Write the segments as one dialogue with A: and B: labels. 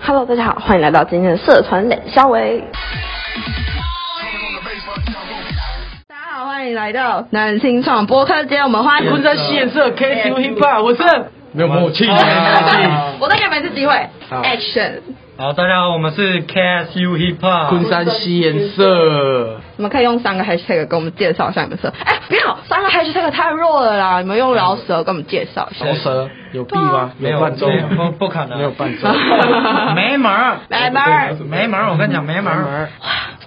A: Hello，大家好，欢迎来到今天的社团冷肖维。大家好，欢迎来到男性创播客间，我们欢迎
B: 我们在线
A: 啊
B: 上 K T Hip Hop，我是
C: 没有默契
B: 啊
A: 我再给你们一次机会
C: 好
A: ，Action！
C: 好，大家好，我们是 KSU Hip Hop
B: 昆山西颜色，
A: 你们可以用三个 hashtag 给我们介绍一下你们社。哎，不要，三个 hashtag 太弱了啦！你们用饶舌给我们介绍一下。
B: 饶舌有币吗？
C: 没有
B: 伴奏
C: 啊没有
B: 吗？
C: 不不可能
B: 没有伴 奏。
C: 没门儿，
A: 没门儿
C: 没门儿，我跟你讲没门儿
B: 儿。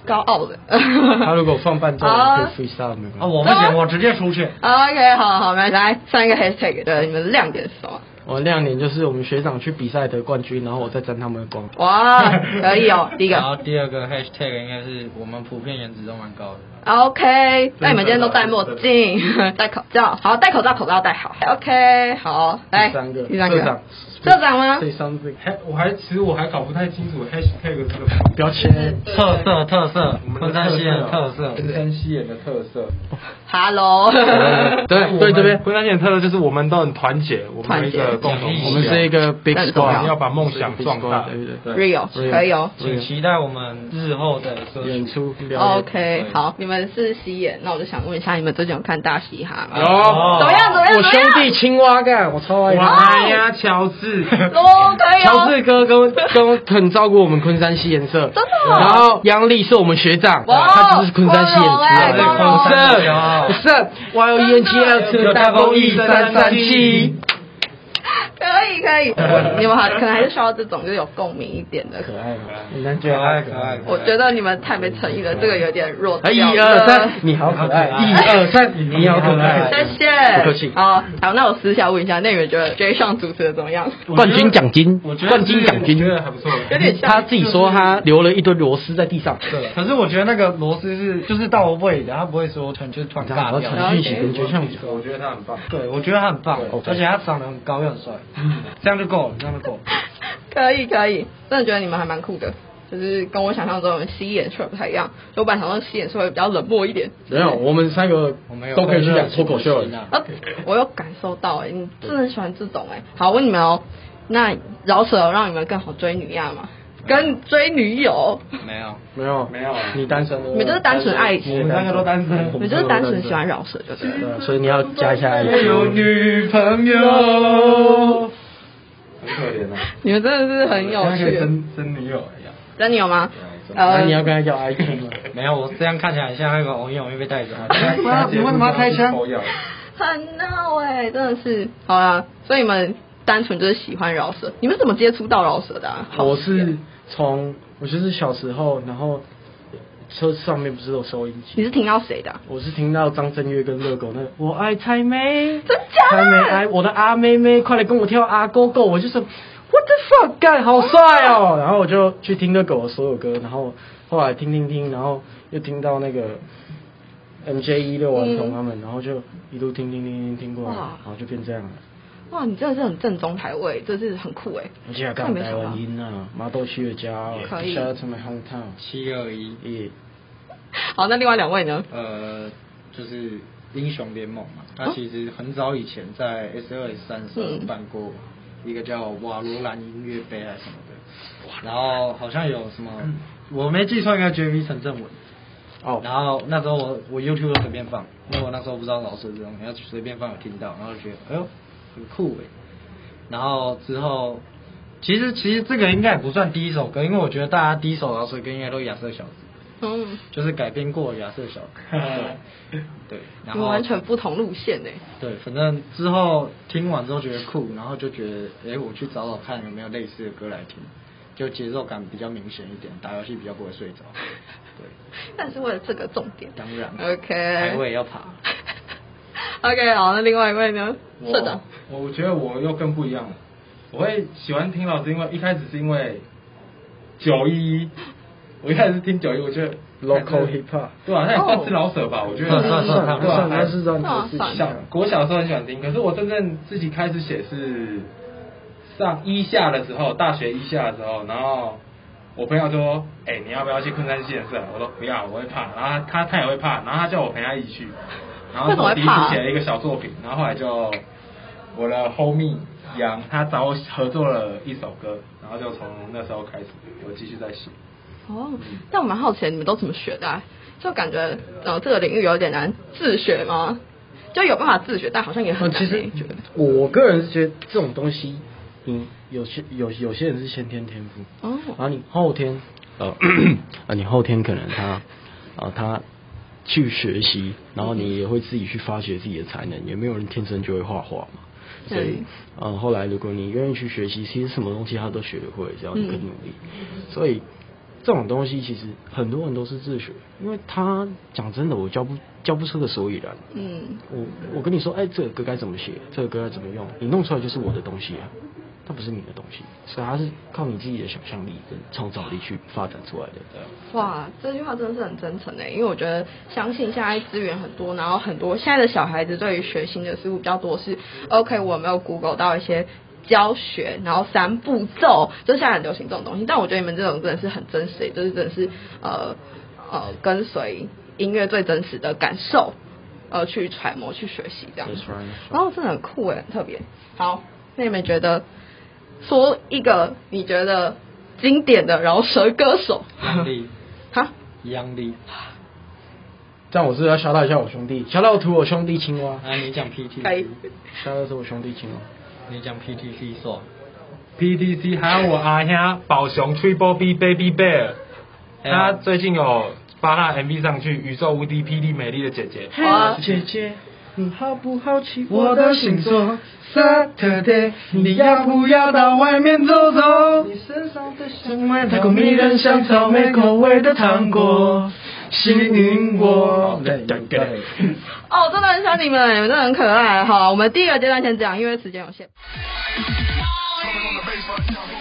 A: 高傲的。
B: 他如果放伴奏，
A: 好
B: 我可以 f r e e s t y l 没关
C: 啊！
B: 系。
C: 我不
A: 哦
C: 行，我直接出去。
A: OK，好好，没关系来三个 hashtag 的你们亮点是什么？
B: 我亮点就是我们学长去比赛得冠军，然后我再沾他们的光。
A: 哇，可以哦，第一
C: 然后
A: 个。
C: 第二个 hashtag 应该是我们普遍颜值都蛮高的。
A: OK，那你们今天都戴墨镜、戴口罩，好，戴口罩口罩戴好。OK，好，来
B: 第三个，
A: 第三个，
B: 社长，
A: 社长吗？
B: 对，something
D: 还我还其实我还搞不太清楚 hashtag 这个
B: 标签。
C: 特色特色
D: 我，们
C: 昆
D: 的
C: 山西的
D: 特
C: 特色。
D: 昆山西人的特色。
A: Hello，
B: 呃对对，这边
E: 昆山县特色就是我们都很团结，我们有一个共同目标，
B: 我们是一个 big
A: 那很重
B: squad，
A: 要
E: 要把梦想壮大。
B: 对对对。
A: real 可以哦。
C: 请期待我们日后的歌
B: 演
C: 曲。
B: 出表演。
A: OK，好，你们是西演，那我就想问一下，你们最近有看大嘻哈吗？
B: 有
A: 怎么样？怎么样？
B: 哦我
A: 怎么
B: 兄
A: 样
B: 弟青蛙干，我超爱
E: 我
B: 他。
E: 爱呀，乔治，
A: 哦，可以
B: 乔
A: 哦。
B: 治哥跟跟很照顾我们昆山西颜色，
A: 真的哦
B: 然后杨丽是我们学长，
A: 哇哦
B: 他就是昆山西颜色，
A: 光荣
B: 我
C: 哎
B: 胜
C: 光荣
A: 哦
B: 我胜我有 E N G L
C: 有
B: T
C: 大
B: W
C: 风
B: E
C: 翼
B: 三三七，
A: 可以可 以，你们好，可能还是需要这种就有共鸣一点的。
B: 可爱吗？你们觉
C: 可
B: 得
C: 爱可爱。
A: 我觉得你们太没诚意了，这个有点弱掉
B: 哎，
A: 了。
B: 一二三，你好可爱，一二三，你好可爱，
A: 谢谢。
B: 不客气
A: 哎好，好，那我私下问一下，那你们觉得 J 上主持的怎么 样？
B: 冠军奖金，
D: 我觉得
B: 冠军奖
D: 我
B: 金
D: 觉，得还不错。
A: 有点像。
B: 他自己说他留了一堆螺丝在地上，
C: 对，可是我觉得那个螺丝是就是到位的，他不会说突然就是突然
B: 你知道
C: 尬
B: 我
C: 掉。
B: 传讯息跟学长讲。
D: 我觉得他很棒。
C: 对，我觉得他很棒，
B: OK
C: 而且他长得很高又很帅，这样就够了，这样就够了。
A: 可以可以，真的觉得你们还蛮酷的，就是跟我想象中的西演社不太一样。就我本来想说西演社会比较冷漠 一点，
B: 没有，我们三个
C: 我没有
B: 都可以去讲脱口秀
C: 我没有。
A: 啊，我有感受到哎、你真的很喜欢这种哎、好，我问你们哦，那饶舌有让你们更好追女亚吗？跟追女友，
C: 没有，
B: 没有没有，你单身的，
A: 你们就是单纯爱情
B: 我们三个都单身，
A: 你们就是单纯喜欢饶舌就对了。
B: 对，所以你要加一下爱
C: 有
B: 情。
C: 女朋友。
D: 很可怜啊。
A: 你们真的是很有
D: 那个
A: 趣，
D: 真真女友一样。
A: 真的有吗？
B: 那
A: 呃
B: 啊你，要跟他要 IG 吗？
C: 没有，我这样看起来很像那个网友容易被 带走。
D: 你为什么要开枪？
A: 很闹哎、真的是。好啦，所以你们单纯就是喜欢饶舌，你们怎么接触到饶舌的、啊？
B: 我是从我就是小时候，然后车上面不是有收音
A: 你
B: 机，
A: 是听到谁的啊、
B: 我是听到张震岳跟热狗那个我爱蔡妹，
A: 真假的
B: 蔡妹爱我的阿妹妹，快来跟我跳阿勾勾，我就是 What the fuck，干好帅 哦！然后我就去听热狗的所有歌，然后后来听听听，然后又听到那个 MJ 一六顽童他们，然后就一路听听听听听过来，
A: 哇
B: 然后就变这样了。
A: 哇，你真的是很正宗台味，这是很酷哎、
B: 我现在
A: 这
B: 干
A: 没
B: 台
A: 想到
B: 湾音啊，麻豆区的家哦
A: 可以
B: ，Shout out to my hometown，
C: 七二一，
B: 耶。
A: 好，那另外两位呢？
C: 呃，就是英雄联盟嘛，
A: 哦
C: 它其实很早以前在 S 二 S 三
A: 嗯
C: 上办过一个叫瓦罗兰音乐杯还是什么的，然后好像有什么，我没记错应该 JV 陈正文。
B: 哦
C: 然后那时候我我 YouTube 都随便放，因为我那时候不知道老师这种，然后随便放有听到，然后就觉得哎呦很酷哎。然后之后，其实其实这个应该也不算第一首歌，因为我觉得大家第一首老师歌应该都是亚瑟小子，
A: 嗯，
C: 就是改编过亚瑟小子。对，然
A: 你
C: 后
A: 们完全不同路线哎、
C: 对，反正之后听完之后觉得酷，然后就觉得哎，我去找找看有没有类似的歌来听，就节奏感比较明显一点，打游戏比较不会睡着。对，
A: 但是为了这个重点。
C: 当然
A: OK
C: 排位要爬。
A: OK，好，那另外一位呢？
D: 我
A: 社长。
D: 我觉得我又更不一样了。我会喜欢听老师，因为一开始是因为九一，我一开始是听九一，我觉 得
B: Local hip hop
D: 对啊，那也算是老舍吧，我觉得
C: 算算算
D: 对
C: 算
D: 吧？
B: 那是让你的自己
A: 算
D: 小
B: 想。
D: 国小的时候很喜欢听，可是我真正自己开始写是上一下的时候，大学一下的时候，然后我朋友说，哎、你要不要去昆山县社？我说不要，我会怕。然后他他他也会怕，然后他叫我陪他一起去，然后
A: 为什
D: 我
A: 么会
D: 第一
A: 怕啊
D: 次写了一个小作品，然后后来就我的 homie 杨，他找我合作了一首歌，然后就从那时候开始，我继续在写。
A: 哦，但我蛮好奇的你们都怎么学的啊、就感觉呃这个领域有点难自学吗？就有办法自学，但好像也很
B: 嗯，
A: 难、欸
B: 其实
A: 觉得。
B: 我我个人是觉得这种东西，你有些有有些人是先天天赋，
A: 哦
B: 然后你后天， 呃，呃，你后天可能他，呃，他去学习，然后你也会自己去发掘自己的才能，也没有人天生就会画画嘛。所以
A: 对，
B: 呃，后来如果你愿意去学习，其实什么东西他都学得会，只要你肯
A: 嗯
B: 努力。所以这种东西其实很多人都是自学，因为他讲真的，我教不教不出个所以然。
A: 嗯，
B: 我我跟你说，哎，这个歌该怎么写，这个歌该怎么用，你弄出来就是我的东西啊，它不是你的东西，所以它是靠你自己的想象力跟创造力去发展出来的。
A: 哇，这句话真的是很真诚欸诶，因为我觉得相信现在资源很多，然后很多现在的小孩子对于学新的事物比较多是，OK，我没有 Google 到一些教学，然后三步骤，就现在很流行这种东西。但我觉得你们这种真的是很真实，欸就是真的是呃呃跟随音乐最真实的感受，呃去揣摩去学习这样子
B: That's right, that's right.。
A: 然后真的很酷欸诶，很特别。好，那你们觉得说一个你觉得经典的饶舌歌手？
C: 杨丽，
A: 哈，
C: 杨丽，
B: 这样我是不是要笑到一下我兄弟，笑到图我兄弟青蛙，
C: 啊，你讲
A: 可以
C: PTC，
B: 笑到是我兄弟青蛙。
C: 你讲 PTC 说，
E: PTC，还有我阿兄宝雄 Triple B Baby Bear，他
C: 哎
E: 最近有发他的 MV 上去，宇宙无敌霹雳美丽的姐姐，
A: 哇
B: 姐姐，你好不好奇
C: 我的星座
B: Saturday，
C: 你要不要到外面走走？你身上的香味
B: 太过迷人，像草莓口味的糖果，吸引我。
C: 对对对。
A: 哦，真的很喜欢你们，你们真的很可爱。好，我们第一个阶段先这样，因为时间有限。
F: Put it on the bass, let's go.